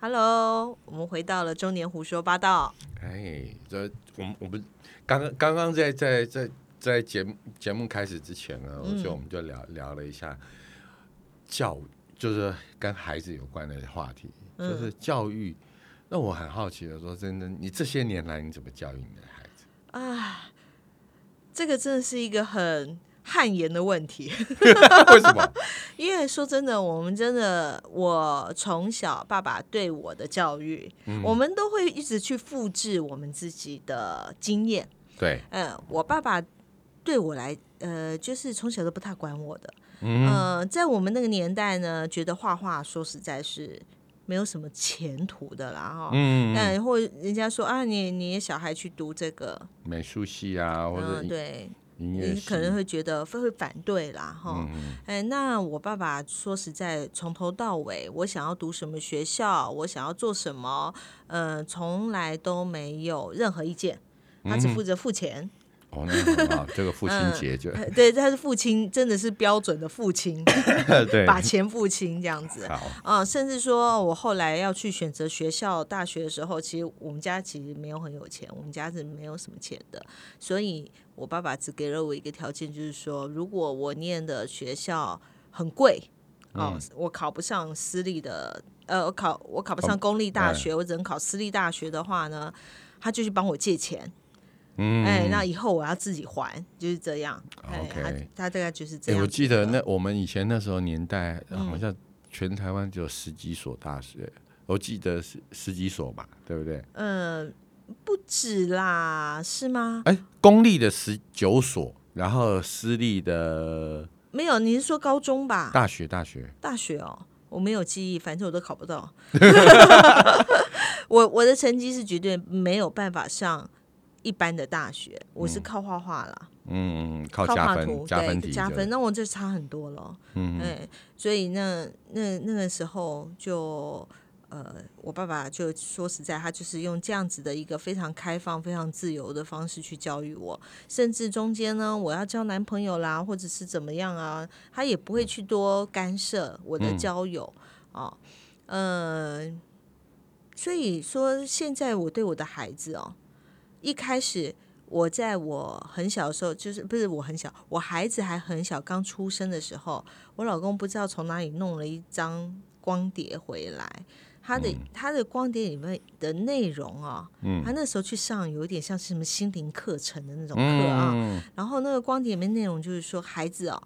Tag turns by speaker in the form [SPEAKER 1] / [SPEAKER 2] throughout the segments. [SPEAKER 1] Hello，我们回到了中年胡说八道。
[SPEAKER 2] 哎，这我们我们刚刚刚刚在在在在节目节目开始之前呢，
[SPEAKER 1] 嗯
[SPEAKER 2] 我觉得我们就聊聊了一下教育，就是跟孩子有关的话题，
[SPEAKER 1] 嗯
[SPEAKER 2] 就是教育。那我很好奇的说，真的，你这些年来你怎么教育你的孩子？
[SPEAKER 1] 这个真的是一个很汗颜的问题，
[SPEAKER 2] 为什么？
[SPEAKER 1] 因为说真的，我们真的，我从小爸爸对我的教育，
[SPEAKER 2] 嗯
[SPEAKER 1] 我们都会一直去复制我们自己的经验。
[SPEAKER 2] 对，
[SPEAKER 1] 嗯，我爸爸对我来，呃，就是从小都不太管我的。
[SPEAKER 2] 嗯
[SPEAKER 1] 呃，在我们那个年代呢，觉得画画说实在是没有什么前途的啦，哈、
[SPEAKER 2] 嗯，
[SPEAKER 1] 嗯，或人家说啊，你你小孩去读这个，
[SPEAKER 2] 美术系啊，或者
[SPEAKER 1] 嗯，
[SPEAKER 2] 音
[SPEAKER 1] 对，
[SPEAKER 2] 音乐
[SPEAKER 1] 你
[SPEAKER 2] 系
[SPEAKER 1] 可，能会觉得会会反对啦，哈。
[SPEAKER 2] 嗯
[SPEAKER 1] 哎，那我爸爸说实在，从头到尾，我想要读什么学校，我想要做什么，呃，从来都没有任何意见，他
[SPEAKER 2] 嗯
[SPEAKER 1] 只负责付钱。
[SPEAKER 2] 哦，那很好，这个父亲节就
[SPEAKER 1] 呃对，他是父亲，真的是标准的父亲，
[SPEAKER 2] 对，
[SPEAKER 1] 把钱付清这样子。
[SPEAKER 2] 好，
[SPEAKER 1] 啊、甚至说我后来要去选择学校、大学的时候，其实我们家其实没有很有钱，我们家是没有什么钱的，所以我爸爸只给了我一个条件，就是说，如果我念的学校很贵，哦、
[SPEAKER 2] 嗯
[SPEAKER 1] 我考不上私立的，呃，我考我考不上公立
[SPEAKER 2] 哎
[SPEAKER 1] 大学，我只能考私立大学的话呢，他就去帮我借钱。
[SPEAKER 2] 嗯
[SPEAKER 1] 哎，那以后我要自己还，就是这样。哎
[SPEAKER 2] OK
[SPEAKER 1] 他他大概就是这样
[SPEAKER 2] 哎、
[SPEAKER 1] 子的、
[SPEAKER 2] 我记得那我们以前那时候年代，好像全台湾只有十几所大学，我记得是十几所嘛，对不对？
[SPEAKER 1] 嗯、不止啦，是吗？
[SPEAKER 2] 哎、公立的十九所，然后私立的
[SPEAKER 1] 没有，你是说高中吧？
[SPEAKER 2] 大学，大学
[SPEAKER 1] 大学哦，我没有记忆，反正我都考不到。我我的成绩是绝对没有办法上一般的大学，我是靠画画啦，
[SPEAKER 2] 嗯，靠
[SPEAKER 1] 靠
[SPEAKER 2] 加
[SPEAKER 1] 画图，
[SPEAKER 2] 分，加分题
[SPEAKER 1] 对
[SPEAKER 2] 就，
[SPEAKER 1] 加分，那我就差很多了。嗯，哎，所以那那那个时候就。呃，我爸爸就说实在，他就是用这样子的一个非常开放、非常自由的方式去教育我，甚至中间呢，我要交男朋友啦，或者是怎么样啊，他也不会
[SPEAKER 2] 嗯
[SPEAKER 1] 去多干涉我的交友、哦，嗯、所以说现在我对我的孩子哦，一开始我在我很小的时候，就是不是我很小，我孩子还很小，刚出生的时候，我老公不知道从哪里弄了一张光碟回来。他
[SPEAKER 2] 嗯
[SPEAKER 1] 的、他的光碟里面的内容啊、他那时候去上有点像是什么心灵课程的那种课啊、
[SPEAKER 2] 嗯
[SPEAKER 1] 然后那个光碟里面内容就是说，孩子哦，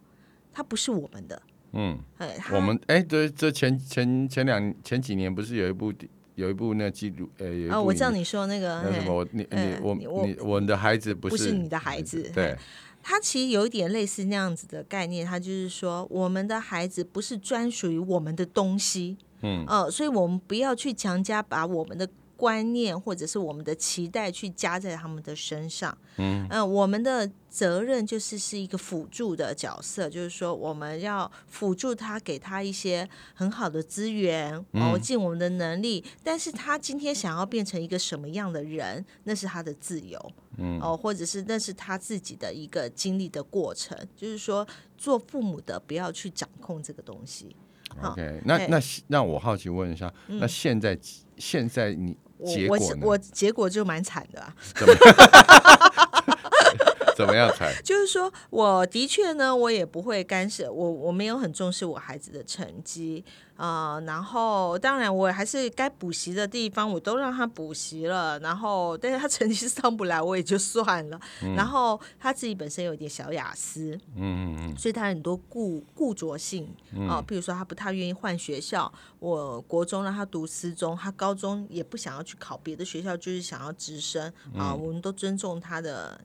[SPEAKER 1] 他不是我们的，
[SPEAKER 2] 嗯，
[SPEAKER 1] 哎，他
[SPEAKER 2] 我们哎、对，这前前前两前几年不是有一部有一部那记录，呃，有一部
[SPEAKER 1] 啊，我知道
[SPEAKER 2] 影
[SPEAKER 1] 你说那个，
[SPEAKER 2] 那什
[SPEAKER 1] 嘿
[SPEAKER 2] 么，我你你
[SPEAKER 1] 嗯
[SPEAKER 2] 我
[SPEAKER 1] 你我
[SPEAKER 2] 你我的孩子不是
[SPEAKER 1] 不是你的孩子
[SPEAKER 2] 对，
[SPEAKER 1] 他其实有一点类似那样子的概念，他就是说，我们的孩子不是专属于我们的东西，嗯，呃，所以我们不要去强加把我们的观念或者是我们的期待去加在他们的身上，嗯，呃，我们的责任就是是一个辅助的角色，就是说我们要辅助他，给他一些很好的资源，哦，尽我们的能力，但是他今天想要变成一个什么样的人，那是他的自由，
[SPEAKER 2] 嗯
[SPEAKER 1] 哦，或者是那是他自己的一个经历的过程，就是说做父母的不要去掌控这个东西。好
[SPEAKER 2] OK，那
[SPEAKER 1] 哎嗯
[SPEAKER 2] 那那我好奇问一下，那现在现在你
[SPEAKER 1] 我
[SPEAKER 2] 结
[SPEAKER 1] 我
[SPEAKER 2] 果
[SPEAKER 1] 是
[SPEAKER 2] 呢？
[SPEAKER 1] 我结果就蛮惨的、啊，
[SPEAKER 2] 怎么样才？
[SPEAKER 1] 就是说我的确呢，我也不会干涉我，我没有很重视我孩子的成绩啊、呃然后当然我还是该补习的地方我都让他补习了，然后但是他成绩上不来我也就算了，然后他自己本身有点小雅思，
[SPEAKER 2] 嗯，
[SPEAKER 1] 所以他很多固固着性啊、比如说他不太愿意换学校，我国中让他读私中，他高中也不想要去考别的学校，就是想要直升啊、
[SPEAKER 2] 嗯
[SPEAKER 1] 我们都尊重他的。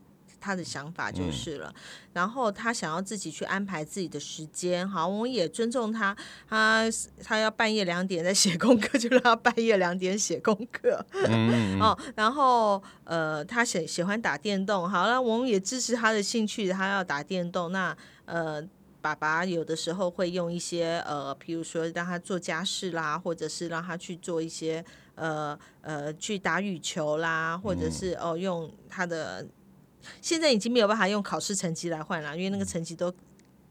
[SPEAKER 1] 他的想法就是了，然后他想要自己去安排自己的时间，好，我们也尊重他。他他要半夜两点在写功课， 就让他半夜两点写功课。
[SPEAKER 2] 嗯
[SPEAKER 1] 哦，然后呃，他喜喜欢打电动，好了，我们也支持他的兴趣，他要打电动。那呃，爸爸有的时候会用一些呃，比如说让他做家事啦，或者是让他去做一些呃呃去打羽球啦，或者是、哦用他的。现在已经没有办法用考试成绩来换啦，因为那个成绩都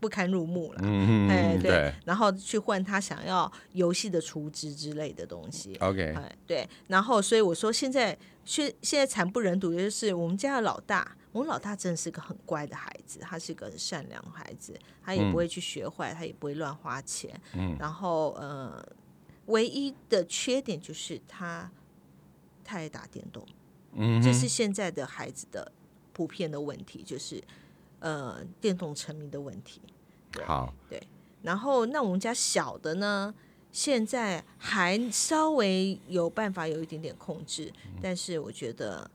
[SPEAKER 1] 不堪入目了。
[SPEAKER 2] 嗯
[SPEAKER 1] 哎，
[SPEAKER 2] 嗯，
[SPEAKER 1] 对，然后去换他想要游戏的厨值之类的东西。
[SPEAKER 2] ，OK，
[SPEAKER 1] 哎，对，然后所以我说现在现现在惨不忍睹的就是我们家的老大，我们老大真的是个很乖的孩子，他是个很善良的孩子，他也不会去学坏，他也不会乱花钱，嗯，然后呃，唯一的缺点就是他太爱打电动，
[SPEAKER 2] 嗯
[SPEAKER 1] 这
[SPEAKER 2] 哼
[SPEAKER 1] 是现在的孩子的普遍的问题，就是呃电动沉迷的问题。
[SPEAKER 2] 好，
[SPEAKER 1] 然后那我们家小的呢，现在还稍微有办法有一点点控制，但是我觉得，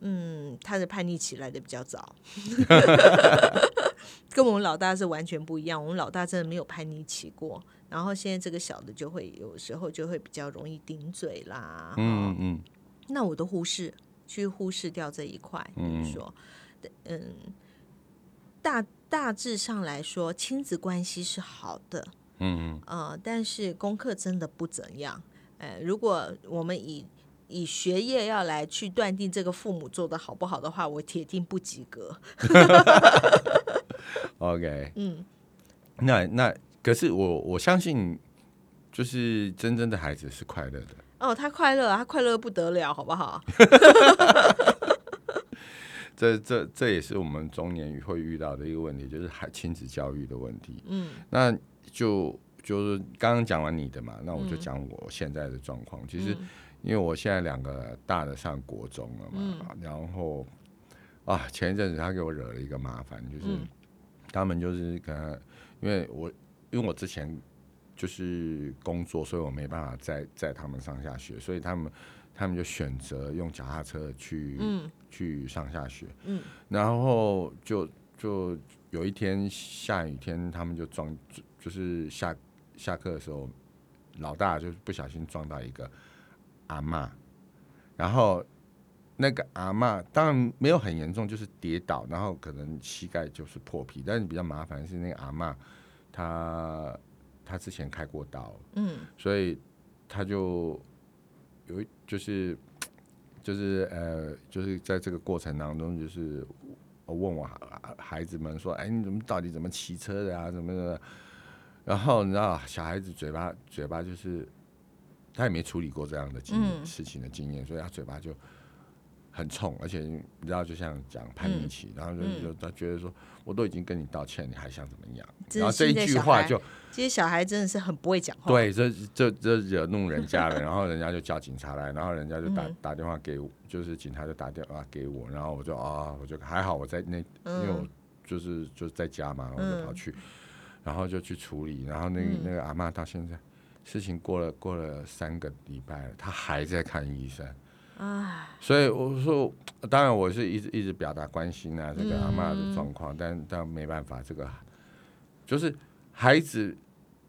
[SPEAKER 1] 嗯，他的叛逆期来的比较早，跟我们老大是完全不一样。我们老大真的没有叛逆期过，然后现在这个小的就会有时候就会比较容易顶嘴啦，
[SPEAKER 2] 嗯嗯
[SPEAKER 1] 那我都忽视，去忽视掉这一块，比如说，嗯，大大致上来说，亲子关系是好的，
[SPEAKER 2] 嗯
[SPEAKER 1] 呃，但是功课真的不怎样。呃，如果我们以以学业要来去断定这个父母做的好不好的话，我铁定不及格。
[SPEAKER 2] 嗯，OK，
[SPEAKER 1] 嗯，
[SPEAKER 2] 那那可是我我相信，就是真正的孩子是快乐的。
[SPEAKER 1] 哦，他快乐啊，他快乐得不得了，好不好？
[SPEAKER 2] 这这这也是我们中年会遇到的一个问题，就是孩亲子教育的问题。嗯，那就就是刚刚讲完你的嘛，那我就讲我现在的状况。其实因为我现在两个大的上国中了嘛，然后啊，前一阵子他给我惹了一个麻烦，就是、他们就是可能因为我因为我之前就是工作，所以我没办法在在他们上下学，所以他们他们就选择用脚踏车去、去上下学。嗯，然后就就有一天下雨天，他们就撞，就就是下下课的时候，老大就不小心撞到一个阿嬷，然后。那个阿嬷当然没有很严重，就是跌倒，然后可能膝盖就是破皮。但是比较麻烦的是那个阿嬷，她她之前开过刀，
[SPEAKER 1] 嗯
[SPEAKER 2] 所以他就有一就是就是呃，就是在这个过程当中，就是我问我孩孩子们说：“哎，你怎么到底怎么骑车的啊？怎么的？”然后你知道，小孩子嘴巴嘴巴就是他也没处理过这样的经、
[SPEAKER 1] 嗯
[SPEAKER 2] 事情的经验，所以他嘴巴就很冲，而且你知道，就像讲叛逆期，
[SPEAKER 1] 嗯
[SPEAKER 2] 然后就就他觉得说，我都已经跟你道歉，你还想怎么样？
[SPEAKER 1] 真
[SPEAKER 2] 然后
[SPEAKER 1] 是
[SPEAKER 2] 这一
[SPEAKER 1] 现在
[SPEAKER 2] 句
[SPEAKER 1] 小
[SPEAKER 2] 话
[SPEAKER 1] 孩
[SPEAKER 2] 就
[SPEAKER 1] 这些小孩真的是很不会讲话。，
[SPEAKER 2] 对，这这这惹怒人家了，然后人家就叫警察来，然后人家就打、打电话给我，就是警察就打电话给我，然后我就啊、我就还好我在那，因为我就是就是在家嘛，然后我就跑去，然后就去处理，然后那个、那个阿嬷到现在事情过了过了三个礼拜了，她还在看医生。所以我说，当然我是一直一直表达关心啊，这个阿嬷的状况，但但没办法，这个就是孩子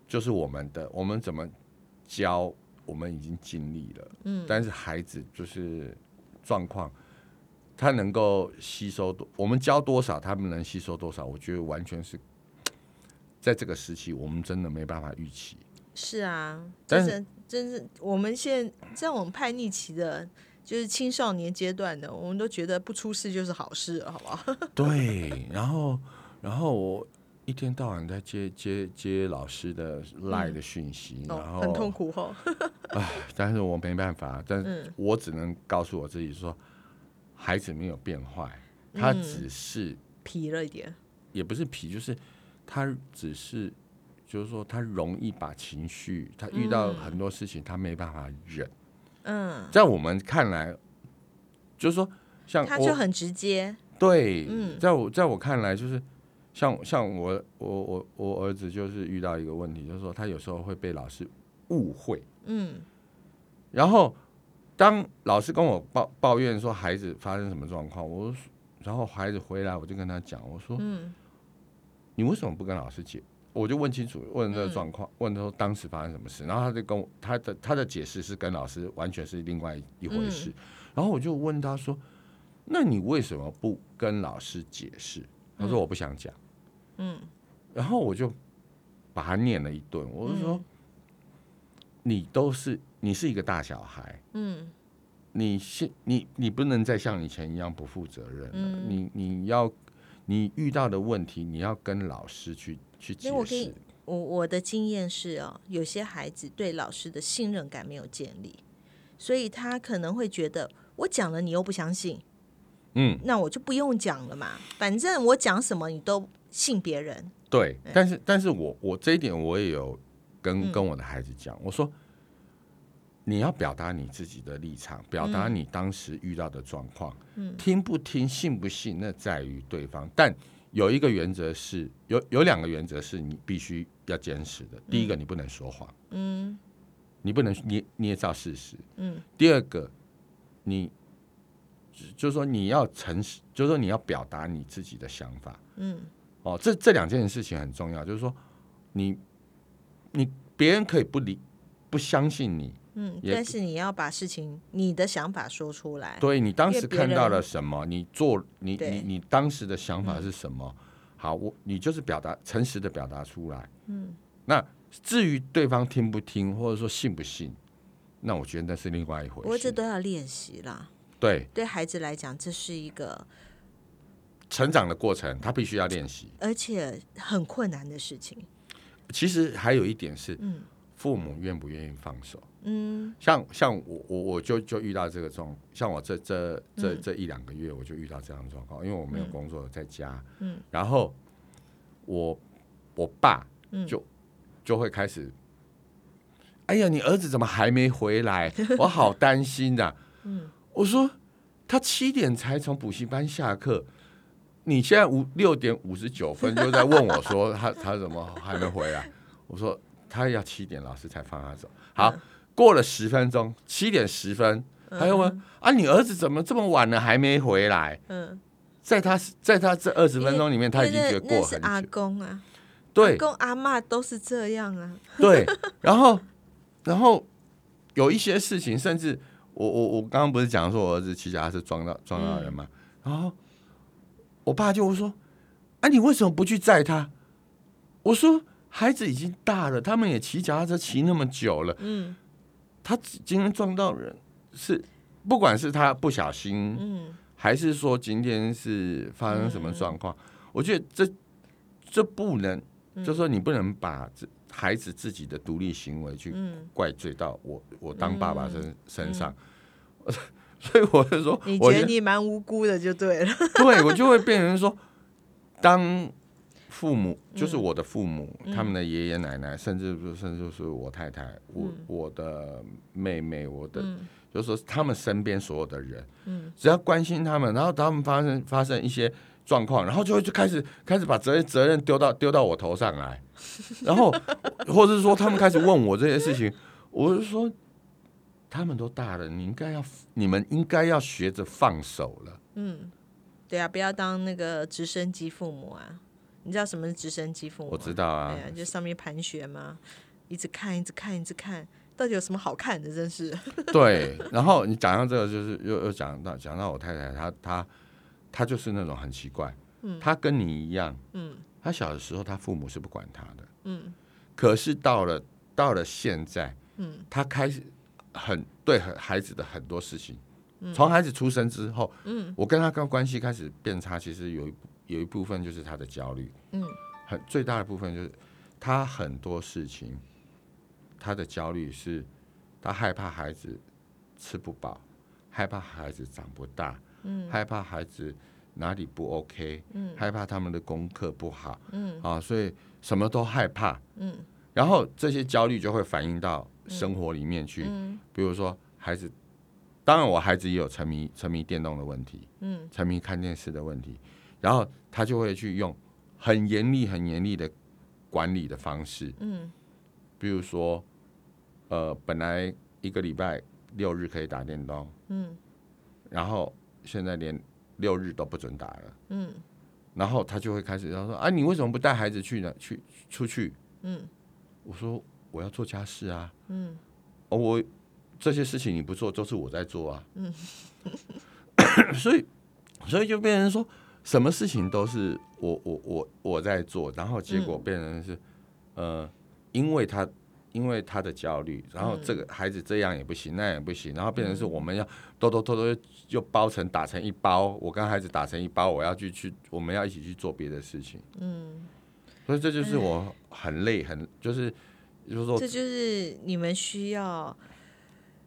[SPEAKER 2] 就是我们的，我们怎么教，我们已经尽力了，嗯，但是孩子就是状况，他能够吸收多，我们教多少，他们能吸收多少，我觉得完全是在这个时期，我们真的没办法预 期，
[SPEAKER 1] 是啊，真
[SPEAKER 2] 但是
[SPEAKER 1] 是真是我们现在在我们叛逆期的，就是青少年阶段的，我们都觉得不出事就是好事了，好不好？
[SPEAKER 2] 对，然后然后我一天到晚在接接接老师的赖的讯息，然 后
[SPEAKER 1] 嗯哦，很痛苦哦。
[SPEAKER 2] 但是我没办法，但是
[SPEAKER 1] 嗯
[SPEAKER 2] 我只能告诉我自己说，孩子没有变坏，他
[SPEAKER 1] 嗯
[SPEAKER 2] 只是、
[SPEAKER 1] 皮了一点，
[SPEAKER 2] 也不是皮，就是他只是就是说他容易把情绪，他遇到很多事情、他没办法忍，
[SPEAKER 1] 嗯，
[SPEAKER 2] 在我们看来，就是说像
[SPEAKER 1] 他
[SPEAKER 2] 我
[SPEAKER 1] 就很直接，
[SPEAKER 2] 对，
[SPEAKER 1] 嗯
[SPEAKER 2] 在我在我看来，就是像像我我我我儿子就是遇到一个问题，就是说他有时候会被老师误会，
[SPEAKER 1] 嗯
[SPEAKER 2] 然后当老师跟我抱抱怨说孩子发生什么状况，我就说然后孩子回来我就跟他讲，我说
[SPEAKER 1] 嗯
[SPEAKER 2] 你为什么不跟老师解？我就问清楚，问
[SPEAKER 1] 嗯
[SPEAKER 2] 这个状况，问他说当时发生什么事，然后他就跟我他的他的解释是跟老师完全是另外一回
[SPEAKER 1] 嗯
[SPEAKER 2] 事，然后我就问他说，那你为什么不跟老师解释？他说我不想讲，
[SPEAKER 1] 嗯，
[SPEAKER 2] 然后我就把他念了一顿，我就
[SPEAKER 1] 嗯
[SPEAKER 2] 说，你都是你是一个大小孩，
[SPEAKER 1] 嗯，嗯
[SPEAKER 2] 你现你你不能再像以前一样不负责任了，你你要你遇到的问题，你要跟老师去去解
[SPEAKER 1] 那我可以
[SPEAKER 2] 释。
[SPEAKER 1] 我我的经验是哦，有些孩子对老师的信任感没有建立，所以他可能会觉得我讲了你又不相信，
[SPEAKER 2] 嗯，
[SPEAKER 1] 那我就不用讲了嘛，反正我讲什么你都信别人，
[SPEAKER 2] 对，嗯但是但是我我这一点我也有跟跟我的孩子讲，我说你要表达你自己的立场，表达你当时遇到的状况，嗯、听不听、信不信，那在于对方。但有一个原则是，有有两个原则是你必须要坚持的。第一个，你不能说谎，嗯，你不能捏捏造事实，嗯。第二个，你就就是说你要诚实，就是说你要表达你自己的想法，哦，这这两件事情很重要，就是说你你别人可以不理不相信你，
[SPEAKER 1] 嗯，
[SPEAKER 2] 也
[SPEAKER 1] 但是你要把事情你的想法说出来，
[SPEAKER 2] 对你当
[SPEAKER 1] 因为
[SPEAKER 2] 时
[SPEAKER 1] 别
[SPEAKER 2] 看到
[SPEAKER 1] 人
[SPEAKER 2] 了什么，你做你
[SPEAKER 1] 对嗯
[SPEAKER 2] 你你当时的想法是什么？好，我你就是表达诚实的表达出来，嗯，那至于对方听不听或者说信不信，那我觉得那是另外一
[SPEAKER 1] 不
[SPEAKER 2] 回
[SPEAKER 1] 过这
[SPEAKER 2] 事。
[SPEAKER 1] 都要练习啦。
[SPEAKER 2] 对，
[SPEAKER 1] 对孩子来讲，这是一个
[SPEAKER 2] 成长的过程他必须要练习。
[SPEAKER 1] 而且很困难的事情。
[SPEAKER 2] 其实还有一点是，父母愿不愿意放手。
[SPEAKER 1] 嗯
[SPEAKER 2] 像像我我我就就遇到这个状，像我这这这这一两个月我就遇到这样的状况，因为我没有工作在家，嗯，然后我我爸
[SPEAKER 1] 嗯
[SPEAKER 2] 就、就会开始，哎呀，你儿子怎么还没回来？我好担 心呐、嗯，我说他七点才从补习班下课。你现在五六点五十九分就在问我 说他他怎么还没回来？我说他要七点老师才放他走。好，
[SPEAKER 1] 嗯
[SPEAKER 2] 过了十分钟，七点十分，他又问、啊，你儿子怎么这么晚了还没回来？
[SPEAKER 1] 嗯，
[SPEAKER 2] 在他在他这二十分钟里面，他已经觉得
[SPEAKER 1] 因为那
[SPEAKER 2] 过
[SPEAKER 1] 那是
[SPEAKER 2] 很
[SPEAKER 1] 阿
[SPEAKER 2] 久，
[SPEAKER 1] 公啊，
[SPEAKER 2] 对
[SPEAKER 1] 阿公阿妈都是这样啊。
[SPEAKER 2] 对。 然后然后有一些事情，甚至我我我刚刚不是讲说我儿子骑脚踏车撞到撞到人嘛，然后我爸就会说：“啊，你为什么不去载他？”我说：“孩子已经大了，他们也骑脚踏车骑那么久了，
[SPEAKER 1] 嗯
[SPEAKER 2] 他今天撞到人是不管是他不小心，
[SPEAKER 1] 嗯，
[SPEAKER 2] 还是说今天是发生什么状况？我觉得这这不能，
[SPEAKER 1] 嗯
[SPEAKER 2] 就说你不能把这孩子自己的独立行为去
[SPEAKER 1] 嗯
[SPEAKER 2] 怪罪到我我当爸爸身、身上， 所以我就说，
[SPEAKER 1] 你
[SPEAKER 2] 我
[SPEAKER 1] 觉得
[SPEAKER 2] 就
[SPEAKER 1] 你蛮无辜的就对了。
[SPEAKER 2] 对我就会变成说，当父母就是我的父母，他们的爷爷奶奶，甚至甚至是我太太，我、我的妹妹，我的、就是说他们身边所有的人，只要关心他们，然后他们发生发生一些状况，然后就会就开始开始把责任责任丢到丢到我头上来，然后或者是说他们开始问我这些事情，我就说。他们都大了，你应该要，你们应该要学着放手了。
[SPEAKER 1] 对啊，不要当那个直升机父母啊！你知道什么是直升机父母吗？
[SPEAKER 2] 我知道啊
[SPEAKER 1] 对，啊，就上面盘旋嘛，一直看，一直看，一直看，到底有什么好看的？真是，
[SPEAKER 2] 对，然后你讲到这个，就是又又讲到讲到我太太，她她她就是那种很奇怪，嗯，她跟你一样，嗯，她小的时候她父母是不管她的，嗯，可是到了到了现在，嗯，她开始很对很孩子的很多事情，从孩子出生之后，嗯，我跟她跟关系开始变差，其实有一有一部分就是她的焦虑，嗯，很最大的部分就是她很多事情，她的焦虑是。他害怕孩子吃不饱，害怕孩子长不大，嗯，害怕孩子哪里不 OK，嗯，害怕他们的功课不好，嗯，啊，所以什么都害怕，嗯，然后这些焦虑就会反映到生活里面去，嗯，比如说孩子，当然我孩子也有沉迷沉迷电动的问题，嗯，沉迷看电视的问题，然后他就会去用很严厉、很严厉的管理的方式，嗯，比如说。呃，本来一个礼拜六日可以打电动，嗯，然后现在连六日都不准打了，嗯，然后他就会开始他说啊，你为什么不带孩子去呢？去出去？嗯，我说我要做家事啊，嗯，哦，我这些事情你不做，都是我在做啊，嗯， 所以所以就变成说，什么事情都是嗯我我我我在做，然后结果变成是，呃，因为他因为他的焦虑，然后这个孩子这样也不行，那样也不行，然后变成是我们要兜兜兜兜又包成打成一包，我跟孩子打成一包，我要去去，我们要一起去做别的事情，嗯，所以这就是我很累，很就是就是说
[SPEAKER 1] 这就是你们需要。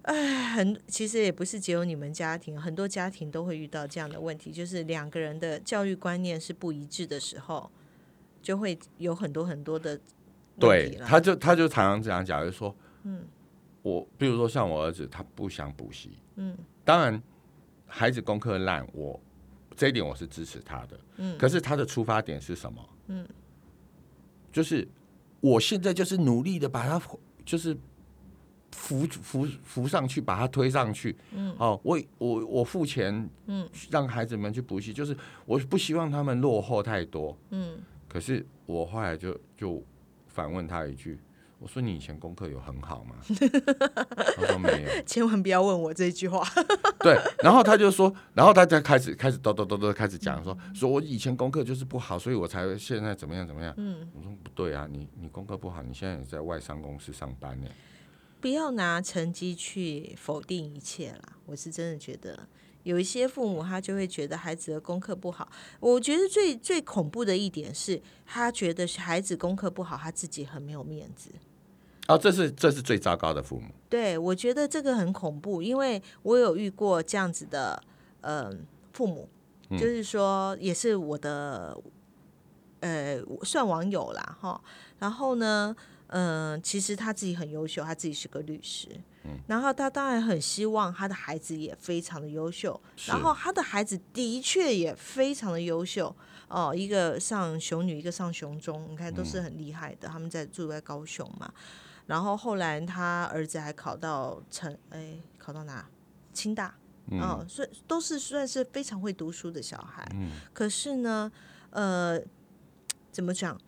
[SPEAKER 1] 哎，很其实也不是只有你们家庭，很多家庭都会遇到这样的问题，就是两个人的教育观念是不一致的时候，就会有很多很多的问题
[SPEAKER 2] 对，
[SPEAKER 1] 了。
[SPEAKER 2] 他就他就常常这样讲，就说，嗯，我比如说像我儿子，他不想补习，嗯，当然孩子功课烂，我这一点我是支持他的，嗯，可是他的出发点是什么？嗯，就是我现在就是努力的把他就是。扶扶扶上去，把他推上去。嗯，哦，我我我付钱，嗯，让孩子们去补习，就是我不希望他们落后太多。嗯，可是我后来就就反问他一句：“我说你以前功课有很好吗？”他说没有。
[SPEAKER 1] 千万不要问我这句话。
[SPEAKER 2] 对，然后他就说，然后他就开始开始叨叨叨叨开始讲说，说我以前功课就是不好，所以我才会现在怎么样怎么样。嗯，我说不对啊，你你功课不好，你现在也在外商公司上班呢。
[SPEAKER 1] 不要拿成绩去否定一切啦。我是真的觉得，有一些父母他就会觉得孩子的功课不好。我觉得最最恐怖的一点是，他觉得孩子功课不好，他自己很没有面子。
[SPEAKER 2] 啊，这是这是最糟糕的父母。
[SPEAKER 1] 对，我觉得这个很恐怖，因为我有遇过这样子的，嗯、父母，就是说也是我的，呃，算网友啦哈。然后呢，嗯、其实他自己很优秀，他自己是个律师，然后他当然很希望他的孩子也非常的优秀，
[SPEAKER 2] 是
[SPEAKER 1] 然后他的孩子的确也非常的优秀哦，一个上雄女，一个上雄中，你看都是很厉害的，他们在住在高雄嘛。然后后来他儿子还考到成，哎，考到哪？清大，嗯，所以都是算是非常会读书的小孩。嗯，可是呢，呃，怎么讲，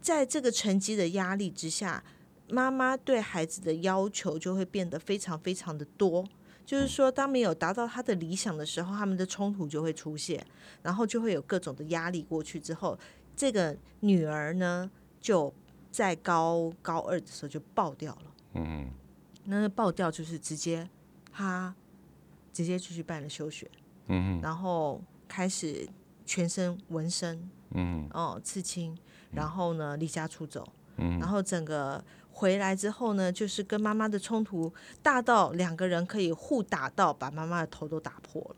[SPEAKER 1] 在这个成绩的压力之下，妈妈对孩子的要求就会变得非常非常的多。就是说，当没有达到他的理想的时候，他们的冲突就会出现，然后就会有各种的压力。过去之后，这个女儿呢，就在高高二的时候就爆掉了。
[SPEAKER 2] 嗯，
[SPEAKER 1] 那爆掉就是直接他直接就去办了休学，
[SPEAKER 2] 嗯，
[SPEAKER 1] 然后开始全身纹身，嗯，哦，刺青，然后呢离家出走，嗯，然后整个回来之后呢，就是跟妈妈的冲突大到两个人可以互打到把妈妈的头都打破了。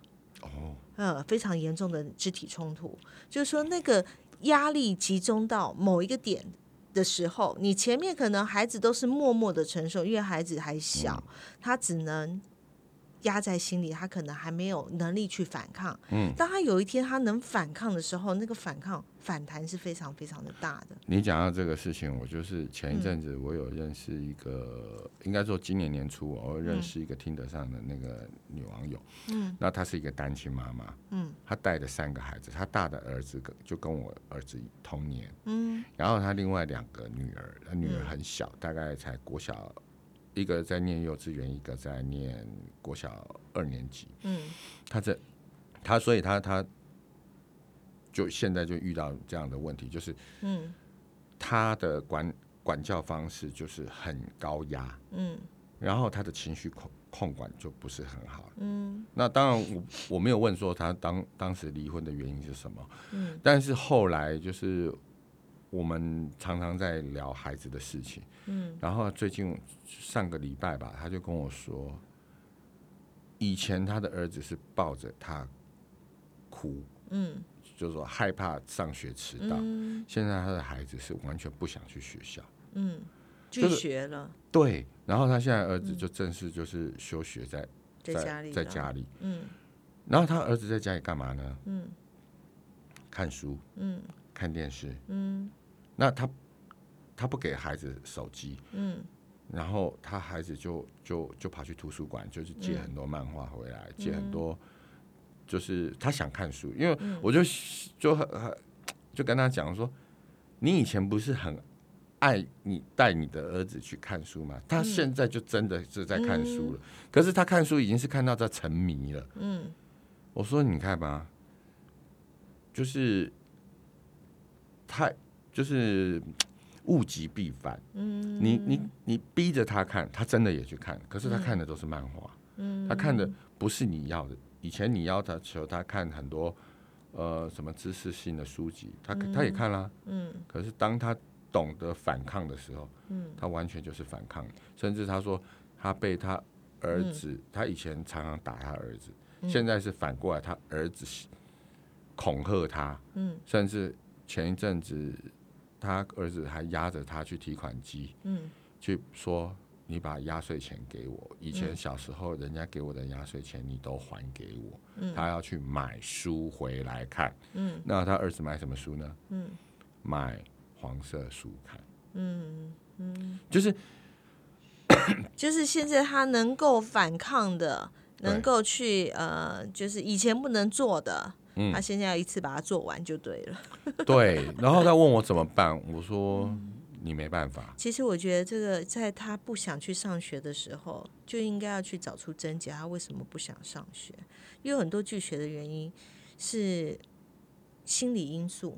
[SPEAKER 2] 哦，
[SPEAKER 1] 呃非常严重的肢体冲突，就是说那个压力集中到某一个点的时候，你前面可能孩子都是默默的承受，因为孩子还小，
[SPEAKER 2] 嗯
[SPEAKER 1] 他只能。压在心里，他可能还没有能力去反抗。嗯，当他有一天他能反抗的时候，那个反抗反弹是非常非常的大的。
[SPEAKER 2] 你讲到这个事情，我就是前一阵子我有认识一个，应该说今年年初我有认识一个听得上的那个女网友，嗯，那她是一个单亲妈妈，嗯，她带着三个孩子，她大的儿子跟就跟我儿子同年，嗯，然后她另外两个女儿，她女儿很小，大概才国小，一个在念幼稚园，一个在念国小二年级，
[SPEAKER 1] 嗯
[SPEAKER 2] 她这她所以她她就现在就遇到这样的问题，就是。
[SPEAKER 1] 嗯
[SPEAKER 2] 他的管管教方式就是很高压，
[SPEAKER 1] 嗯
[SPEAKER 2] 然后他的情绪控控管就不是很好。
[SPEAKER 1] 嗯
[SPEAKER 2] 那当然我，我没有问说他当当时离婚的原因是什么，
[SPEAKER 1] 嗯，
[SPEAKER 2] 但是后来就是我们常常在聊孩子的事情，
[SPEAKER 1] 嗯，
[SPEAKER 2] 然后最近上个礼拜吧，他就跟我说，以前他的儿子是抱着他哭，
[SPEAKER 1] 嗯
[SPEAKER 2] 就是说害怕上学迟到，
[SPEAKER 1] 嗯
[SPEAKER 2] 现在他的孩子是完全不想去学校。
[SPEAKER 1] 嗯，拒
[SPEAKER 2] 就是
[SPEAKER 1] 绝了，
[SPEAKER 2] 对，然后他现在儿子就正式就是休学在、
[SPEAKER 1] 在家里，
[SPEAKER 2] 在家，里，
[SPEAKER 1] 嗯
[SPEAKER 2] 然后他儿子在家里干嘛呢？
[SPEAKER 1] 嗯
[SPEAKER 2] 看书，
[SPEAKER 1] 嗯
[SPEAKER 2] 看电视。
[SPEAKER 1] 嗯
[SPEAKER 2] 那他他不给孩子手机，
[SPEAKER 1] 嗯
[SPEAKER 2] 然后他孩子就就就跑去图书馆，就是借很多漫画回
[SPEAKER 1] 嗯
[SPEAKER 2] 来，借很多，就是他想看书，因为
[SPEAKER 1] 嗯
[SPEAKER 2] 我就、就很很就跟他讲说，你以前不是很爱你带你的儿子去看书吗？
[SPEAKER 1] 嗯
[SPEAKER 2] 他现在就真的是在看书了，可是他看书已经是看到在沉迷了。
[SPEAKER 1] 嗯。
[SPEAKER 2] 我说你看吧，就是他就是物极必反。嗯，你你你逼着他看，他真的也去看，可是他看的都是漫画，嗯，他看的不是你要的。以前你要他求他看很多呃什么知识性的书籍，他他也看啦，嗯，可是当他懂得反抗的时候，嗯，他完全就是反抗，甚至他说他被他儿子，他以前常常打他儿子，现在是反过来，他儿子恐吓他，嗯，甚至前一阵子他儿子还压着他去提款机，嗯，去说你把压岁钱给我，以前小时候人家给我的压岁钱你都还给我，嗯，他要去买书回来看，嗯，那他儿子买什么书呢？嗯，买黄色书看，嗯嗯，就是
[SPEAKER 1] 就是现在他能够反抗的，
[SPEAKER 2] 对
[SPEAKER 1] 能够去呃，就是以前不能做的，
[SPEAKER 2] 嗯
[SPEAKER 1] 他现在要一次把它做完就对了。
[SPEAKER 2] 对，然后他问我怎么办，我说你没办法，
[SPEAKER 1] 其实我觉得这个在他不想去上学的时候，就应该要去找出症结，他为什么不想上学？因为有很多拒学的原因是心理因素，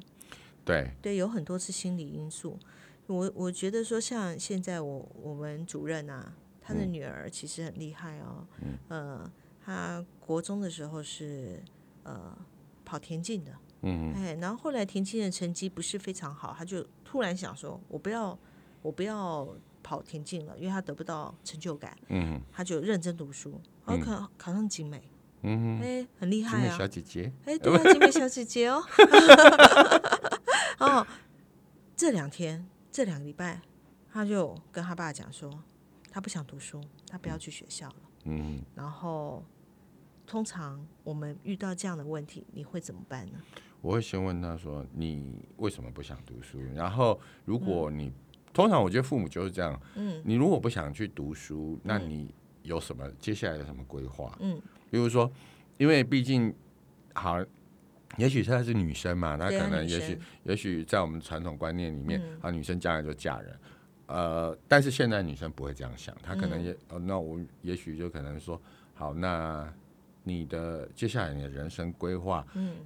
[SPEAKER 2] 对，
[SPEAKER 1] 对，有很多是心理因素。我我觉得说，像现在我我们主任啊，他的女儿其实很厉害哦。嗯、呃，他国中的时候是呃跑田径的，嗯，哎，然后后来田径的成绩不是非常好，他就突然想说，我不要我不要跑田径了，因为他得不到成就感，嗯，他就认真读书，然后考考上景美，嗯，哎，很厉
[SPEAKER 2] 金
[SPEAKER 1] 害
[SPEAKER 2] 美
[SPEAKER 1] 啊，
[SPEAKER 2] 小姐姐，
[SPEAKER 1] 哎，对啊，金美小姐姐哦，哦，这两天这两个礼拜，他就跟他爸讲说，他不想读书，他不要去学校了。
[SPEAKER 2] 嗯，
[SPEAKER 1] 然后，通常我们遇到这样的问题，你会怎么办呢？
[SPEAKER 2] 我会先问他说：“你为什么不想读书？”然后，如果你、通常我觉得父母就是这样，嗯，你如果不想去读书，那你有什么接下来有什么规划？
[SPEAKER 1] 嗯，
[SPEAKER 2] 比如说，因为毕竟好，也许她是女生嘛，她
[SPEAKER 1] 对啊
[SPEAKER 2] 可能
[SPEAKER 1] 女
[SPEAKER 2] 也
[SPEAKER 1] 生
[SPEAKER 2] 许也许在我们传统观念里面，啊，女生将来就嫁人。呃，但是现在女生不会这样想，她可能也、呃，那我也许就可能说，好，那你的接下来你的人生规划，嗯，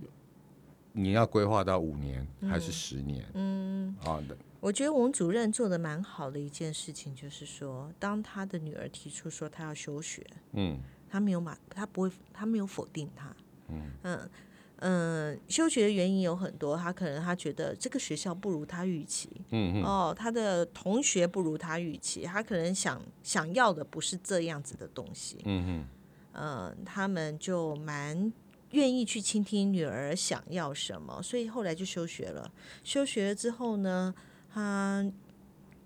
[SPEAKER 2] 你要规划到五年还是十年？嗯，啊，
[SPEAKER 1] 我觉得我们主任做的蛮好的一件事情，就是说，当他的女儿提出说她要休学，
[SPEAKER 2] 嗯，
[SPEAKER 1] 他没有马，他不会，他没有否定他。嗯嗯嗯，休学的原因有很多，他可能他觉得这个学校不如他预期，嗯哦，他的同学不如他预期，他可能想想要的不是这样子的东西。嗯嗯，他们就蛮。愿意去倾听女儿想要什么，所以后来就休学了。休学了之后呢，他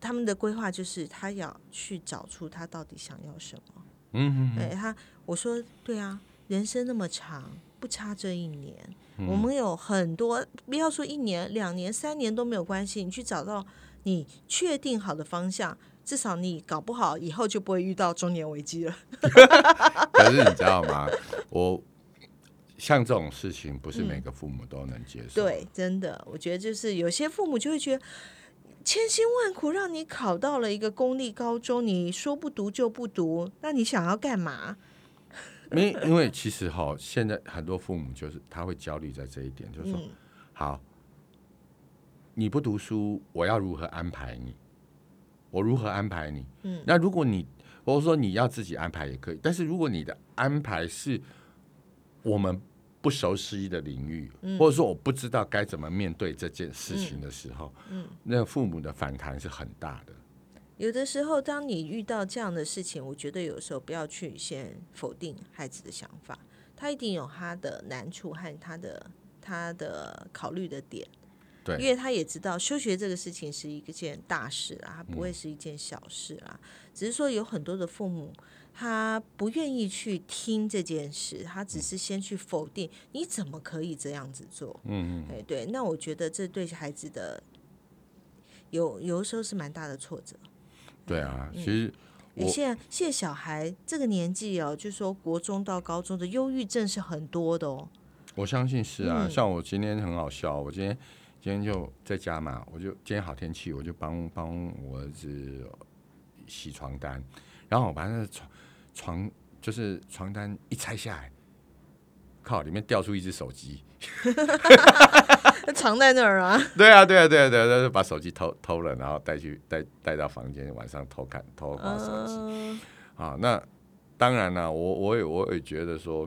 [SPEAKER 1] 他们的规划就是他要去找出他到底想要什么。哎，他我说对啊，人生那么长，不差这一年。我们有很多，不要说一年、两年、三年都没有关系，你去找到你确定好的方向，至少你搞不好以后就不会遇到中年危机了。
[SPEAKER 2] 可是你知道吗？我像这种事情，不是每个父母都能接受。
[SPEAKER 1] 对，真的，我觉得就是有些父母就会觉得。千辛万苦让你考到了一个公立高中，你说不读就不读，那你想要干嘛？
[SPEAKER 2] 因因为其实哈，现在很多父母就是他会焦虑在这一点，就是说，好，你不读书，我要如何安排你？我如何安排你？嗯，那如果你我说你要自己安排也可以，但是如果你的安排是我们不熟悉的领域，或者说我不知道该怎么面对这件事情的时候，嗯嗯，那父母的反弹是很大的。
[SPEAKER 1] 有的时候，当你遇到这样的事情，我觉得有时候不要去先否定孩子的想法，他一定有他的难处和他的他的考虑的点。
[SPEAKER 2] 对
[SPEAKER 1] 因为他也知道休学这个事情是一件大事啊，它不会是一件小事啊。只是说有很多的父母他不愿意去听这件事，他只是先去否定，你怎么可以这样子做？嗯嗯，哎对，那我觉得这对孩子的有有的时候是蛮大的挫折。
[SPEAKER 2] 对啊，其实
[SPEAKER 1] 哎，
[SPEAKER 2] 我
[SPEAKER 1] 现在现在小孩这个年纪哦，就说国中到高中的忧郁症是很多的哦。
[SPEAKER 2] 我相信是啊，像我今天很好笑，我今天今天就在家嘛，我就今天好天气，我就帮帮我儿子洗床单，然后我把那个床床就是床单一拆下来，靠，里面掉出一只手机，
[SPEAKER 1] 藏在那儿啊。
[SPEAKER 2] 对啊，对啊，对啊，对啊，对啊把手机偷偷了，然后带去带带到房间，晚上偷看偷玩手机
[SPEAKER 1] 嗯
[SPEAKER 2] 啊。那当然啦、我我也我也觉得说。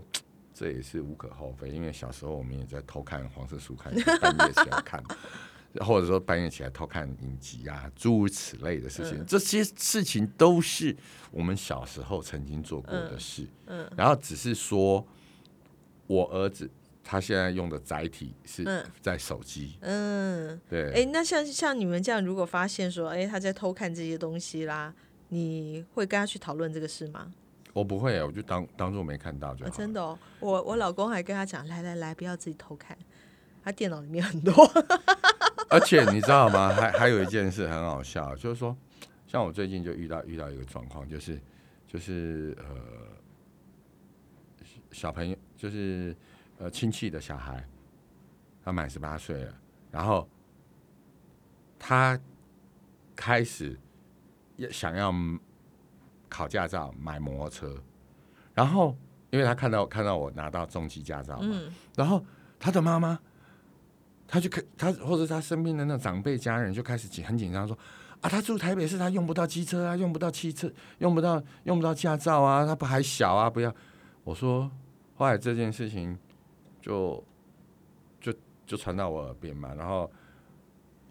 [SPEAKER 2] 这也是无可厚非，因为小时候我们也在偷看黄色书刊，半夜起来看， 或者说半夜起来偷看影集啊，诸如此类的事情，
[SPEAKER 1] 嗯
[SPEAKER 2] 这些事情都是我们小时候曾经做过的事。
[SPEAKER 1] 嗯
[SPEAKER 2] 然后只是说，我儿子他现在用的载体是
[SPEAKER 1] 嗯
[SPEAKER 2] 在手机，
[SPEAKER 1] 嗯，
[SPEAKER 2] 对，
[SPEAKER 1] 哎，那像像你们这样，如果发现说，哎，他在偷看这些东西啦，你会跟他去讨论这个事吗？
[SPEAKER 2] 我不会，我就当当做没看到就
[SPEAKER 1] 啊
[SPEAKER 2] 好、
[SPEAKER 1] 真的哦，我我老公还跟他讲，来来来，不要自己偷看，他电脑里面很多。
[SPEAKER 2] 而且你知道吗？还还有一件事很好笑，就是说，像我最近就遇到遇到一个状况，就是就是呃，小朋友就是呃亲戚的小孩，他满十八岁了，然后他开始也想要考驾照，买摩托车，然后因为他看到看到我拿到重机驾照嘛，
[SPEAKER 1] 嗯
[SPEAKER 2] 然后他的妈妈，他就开他或者他身边的那长辈家人就开始紧很紧张说啊，他住台北市，他用不到机车啊，用不到汽车，用不到用不到驾照啊，他不还小啊，不要。我说后来这件事情就就就传到我耳边嘛，然后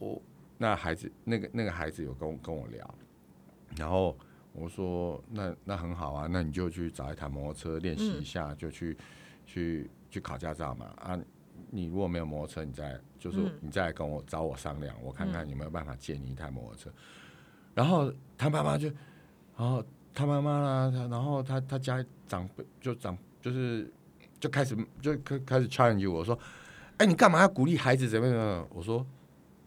[SPEAKER 2] 我那孩子那个那个孩子有跟我跟我聊，然后。我说那那很好啊，那你就去找一台摩托车练习一下，就去去去考驾照嘛啊！你如果没有摩托车，你再就是你再来跟我找我商量，我看看有没有办法借你一台摩托车。然后他妈妈就，然后他妈妈啦，他然后他他家长辈就长就是就开始就开开始 challenge 我说，哎，你干嘛要鼓励孩子怎么样怎么样？我说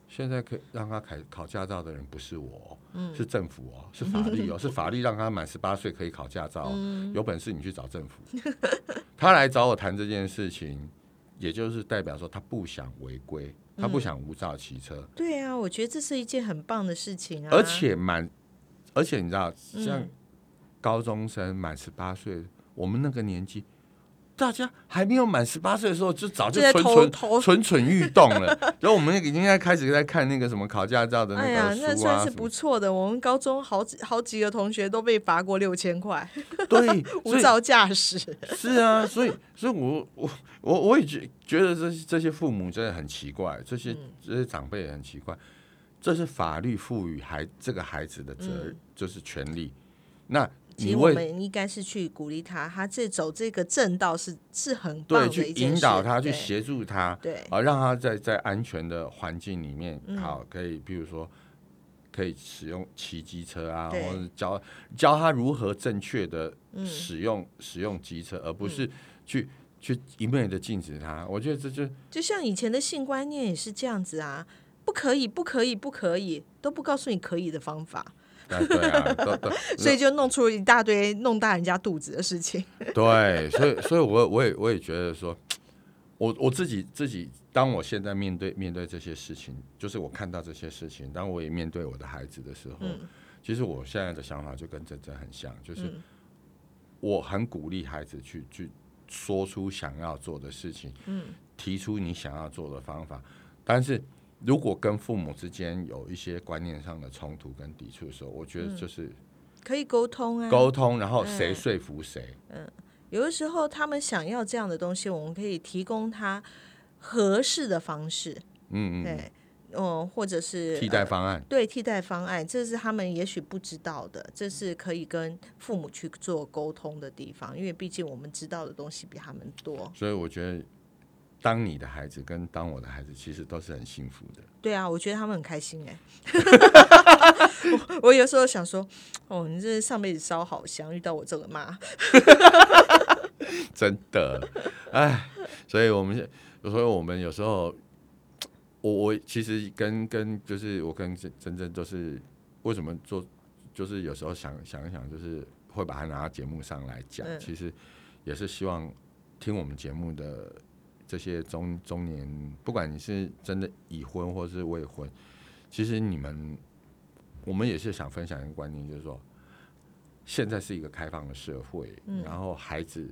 [SPEAKER 2] 现在可以让他考考驾照的人不是我哦，是政府哦，是法律哦，是法律让他满十八岁可以考驾照哦、有本事你去找政府。他来找我谈这件事情，也就是代表说他不想违规，他
[SPEAKER 1] 嗯
[SPEAKER 2] 不想无照骑车，
[SPEAKER 1] 对啊，我觉得这是一件很棒的事情啊。嗯
[SPEAKER 2] 而且满，而且你知道，像高中生满十八岁，我们那个年纪。大家还没有满十八岁的时候，就早
[SPEAKER 1] 就
[SPEAKER 2] 就
[SPEAKER 1] 在
[SPEAKER 2] 蠢
[SPEAKER 1] 偷
[SPEAKER 2] 蠢
[SPEAKER 1] 偷
[SPEAKER 2] 蠢蠢欲动了。 然后我们已经在开始在看那个什么考驾照的那
[SPEAKER 1] 哎呀
[SPEAKER 2] 个，书啊，
[SPEAKER 1] 那算是
[SPEAKER 2] 什么
[SPEAKER 1] 不错的。我们高中好几好几个同学都被罚过六千块，
[SPEAKER 2] 对，
[SPEAKER 1] 无
[SPEAKER 2] 所以
[SPEAKER 1] 照驾驶。
[SPEAKER 2] 是啊，所以，所以我我我我也觉觉得这些这些父母真的很奇怪，这些
[SPEAKER 1] 嗯
[SPEAKER 2] 这些长辈也很奇怪，这是法律赋予孩这个孩子的责任，就是权利。那
[SPEAKER 1] 嗯其
[SPEAKER 2] 你
[SPEAKER 1] 实我
[SPEAKER 2] 为
[SPEAKER 1] 们应该是去鼓励他，他这走这个正道是是很棒
[SPEAKER 2] 对
[SPEAKER 1] 的
[SPEAKER 2] 去
[SPEAKER 1] 一件事。
[SPEAKER 2] 引导他，去
[SPEAKER 1] 对
[SPEAKER 2] 协助他，
[SPEAKER 1] 对，嗯
[SPEAKER 2] 啊，让他在在安全的环境里面，好，可以，比如说可以使用骑机车啊，或
[SPEAKER 1] 对
[SPEAKER 2] 者教教他如何正确的使用、
[SPEAKER 1] 嗯
[SPEAKER 2] 使用机车，而不是去、去一昧的禁止他。我觉得这就
[SPEAKER 1] 就像以前的性观念也是这样子啊，不可以，不可以，不可以，都不告诉你可以的方法，
[SPEAKER 2] 啊对啊，都都
[SPEAKER 1] 所以就弄出一大堆弄大人家肚子的事情。
[SPEAKER 2] 对，所以所以我我也我也觉得说，我我自己自己，当我现在面对面对这些事情，就是我看到这些事情，当我也面对我的孩子的时候，其实我现在的想法就跟珍珍很像，就是我很鼓励孩子去去说出想要做的事情，嗯，提出你想要做的方法，但是。如果跟父母之间有一些观念上的冲突跟抵触的时候，我觉得就是
[SPEAKER 1] 可以沟通啊，
[SPEAKER 2] 沟通，然后谁说服谁，
[SPEAKER 1] 有的时候他们想要这样的东西，我们可以提供他合适的方式，
[SPEAKER 2] 嗯嗯，
[SPEAKER 1] 对，嗯，或者是
[SPEAKER 2] 替代
[SPEAKER 1] 呃
[SPEAKER 2] 方案。
[SPEAKER 1] 对替代方案，这是他们也许不知道的，这是可以跟父母去做沟通的地方，因为毕竟我们知道的东西比他们多。
[SPEAKER 2] 所以我觉得，当你的孩子跟当我的孩子，其实都是很幸福的。
[SPEAKER 1] 对啊，我觉得他们很开心哎、 我我有时候想说，哦，你这上辈子烧好香，遇到我这个妈，
[SPEAKER 2] 真的， 哎，所以我们现，所以我们有时候，我我其实跟跟就是我跟真真真都是为什么做，就是有时候想想一想，就是会把它拿到节目上来讲，
[SPEAKER 1] 嗯
[SPEAKER 2] 其实也是希望听我们节目的这些中中年，不管你是真的已婚或是未婚，其实你们我们也是想分享一个观念，就是说。
[SPEAKER 1] 嗯
[SPEAKER 2] 现在是一个开放的社会，然后孩子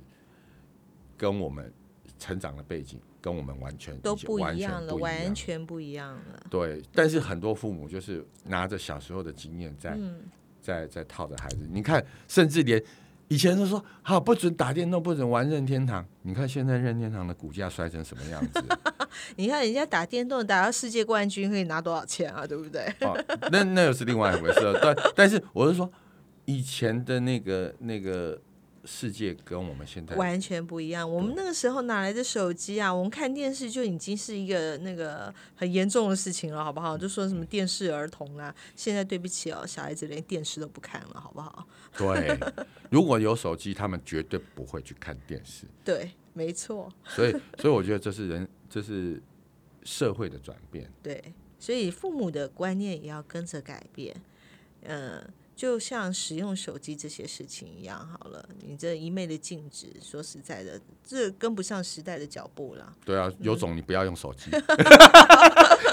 [SPEAKER 2] 跟我们成长的背景跟我们完全
[SPEAKER 1] 都
[SPEAKER 2] 以前
[SPEAKER 1] 不
[SPEAKER 2] 完
[SPEAKER 1] 一
[SPEAKER 2] 全
[SPEAKER 1] 样了，
[SPEAKER 2] 不一
[SPEAKER 1] 完
[SPEAKER 2] 样
[SPEAKER 1] 全不一样了。
[SPEAKER 2] 对，但是很多父母就是拿着小时候的经验在、
[SPEAKER 1] 嗯，
[SPEAKER 2] 在在套着孩子。你看，甚至连以前都说好不准打电动，不准玩任天堂。你看现在任天堂的股价摔成什么样 子
[SPEAKER 1] 你看人家打电动打到世界冠军可以拿多少钱啊？对不对？
[SPEAKER 2] 哦，那那又是另外一回事了。但但是我是说，以前的那个那个世界跟我们现在
[SPEAKER 1] 完全不一样。我们那个时候哪来的手机啊？我们看电视就已经是一个那个很严重的事情了，好不好？就说什么电视儿童啦、现在对不起哦，小孩子连电视都不看了，好不好？
[SPEAKER 2] 对，如果有手机，他们绝对不会去看电视。
[SPEAKER 1] 对，没错，
[SPEAKER 2] 所以所以我觉得这是人，这是社会的转变。
[SPEAKER 1] 对，所以父母的观念也要跟着改变。嗯、就像使用手机这些事情一样，好了，你这一昧的禁止，说实在的，这跟不上时代的脚步了。
[SPEAKER 2] 对啊，有种你不要用手 机。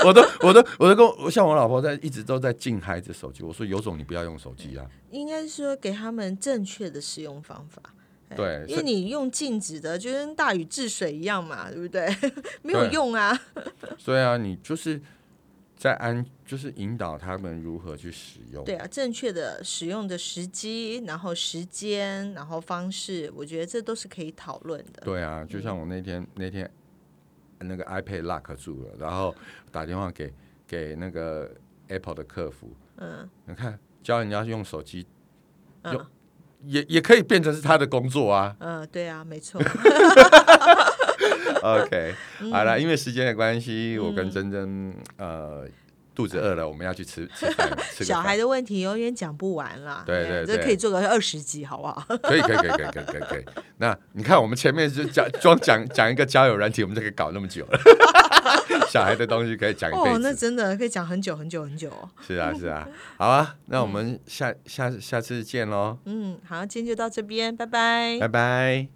[SPEAKER 2] 我都我都我都跟我像我老婆在一直都在禁孩子手机，我说有种你不要用手机啊。
[SPEAKER 1] 应该说给他们正确的使用方法。哎
[SPEAKER 2] 对
[SPEAKER 1] 因
[SPEAKER 2] 是
[SPEAKER 1] 为你用静止的，就跟大禹治水一样嘛，对不对？ 没有
[SPEAKER 2] 对
[SPEAKER 1] 用啊。
[SPEAKER 2] 对啊，你就是在安，就是引导他们如何去使用。
[SPEAKER 1] 对啊，正确的使用的时机，然后时间，然后方式，我觉得这都是可以讨论的。嗯
[SPEAKER 2] 对啊，就像我那天那天那个 iPad lock 住了，然后打电话给给那个 Apple 的客服，嗯，你看教人家用手机，用、也也可以变成是他的工作啊。
[SPEAKER 1] 嗯、对啊，没 错。
[SPEAKER 2] OK，好
[SPEAKER 1] 嗯
[SPEAKER 2] 了，因为时间的关系，我跟珍珍呃肚子饿了，我们要去吃吃 饭，吃个
[SPEAKER 1] 小孩
[SPEAKER 2] 饭。
[SPEAKER 1] 的问题永远讲不完啦。
[SPEAKER 2] 对
[SPEAKER 1] 哎
[SPEAKER 2] 对
[SPEAKER 1] 这
[SPEAKER 2] 对
[SPEAKER 1] 可以做个二十集，好不好？
[SPEAKER 2] 可以可以可以可以可以可以可以。那你看，我们前面就讲光讲讲一个交友软体，我们就可以搞那么久 了。小孩的东西可以讲一辈
[SPEAKER 1] 哦，
[SPEAKER 2] 子。
[SPEAKER 1] 那真的可以讲很久很久很久、哦。
[SPEAKER 2] 是啊，是啊，好啊，那我们下下下次见喽，
[SPEAKER 1] 嗯嗯，好，今天就到这边，拜拜
[SPEAKER 2] 拜拜。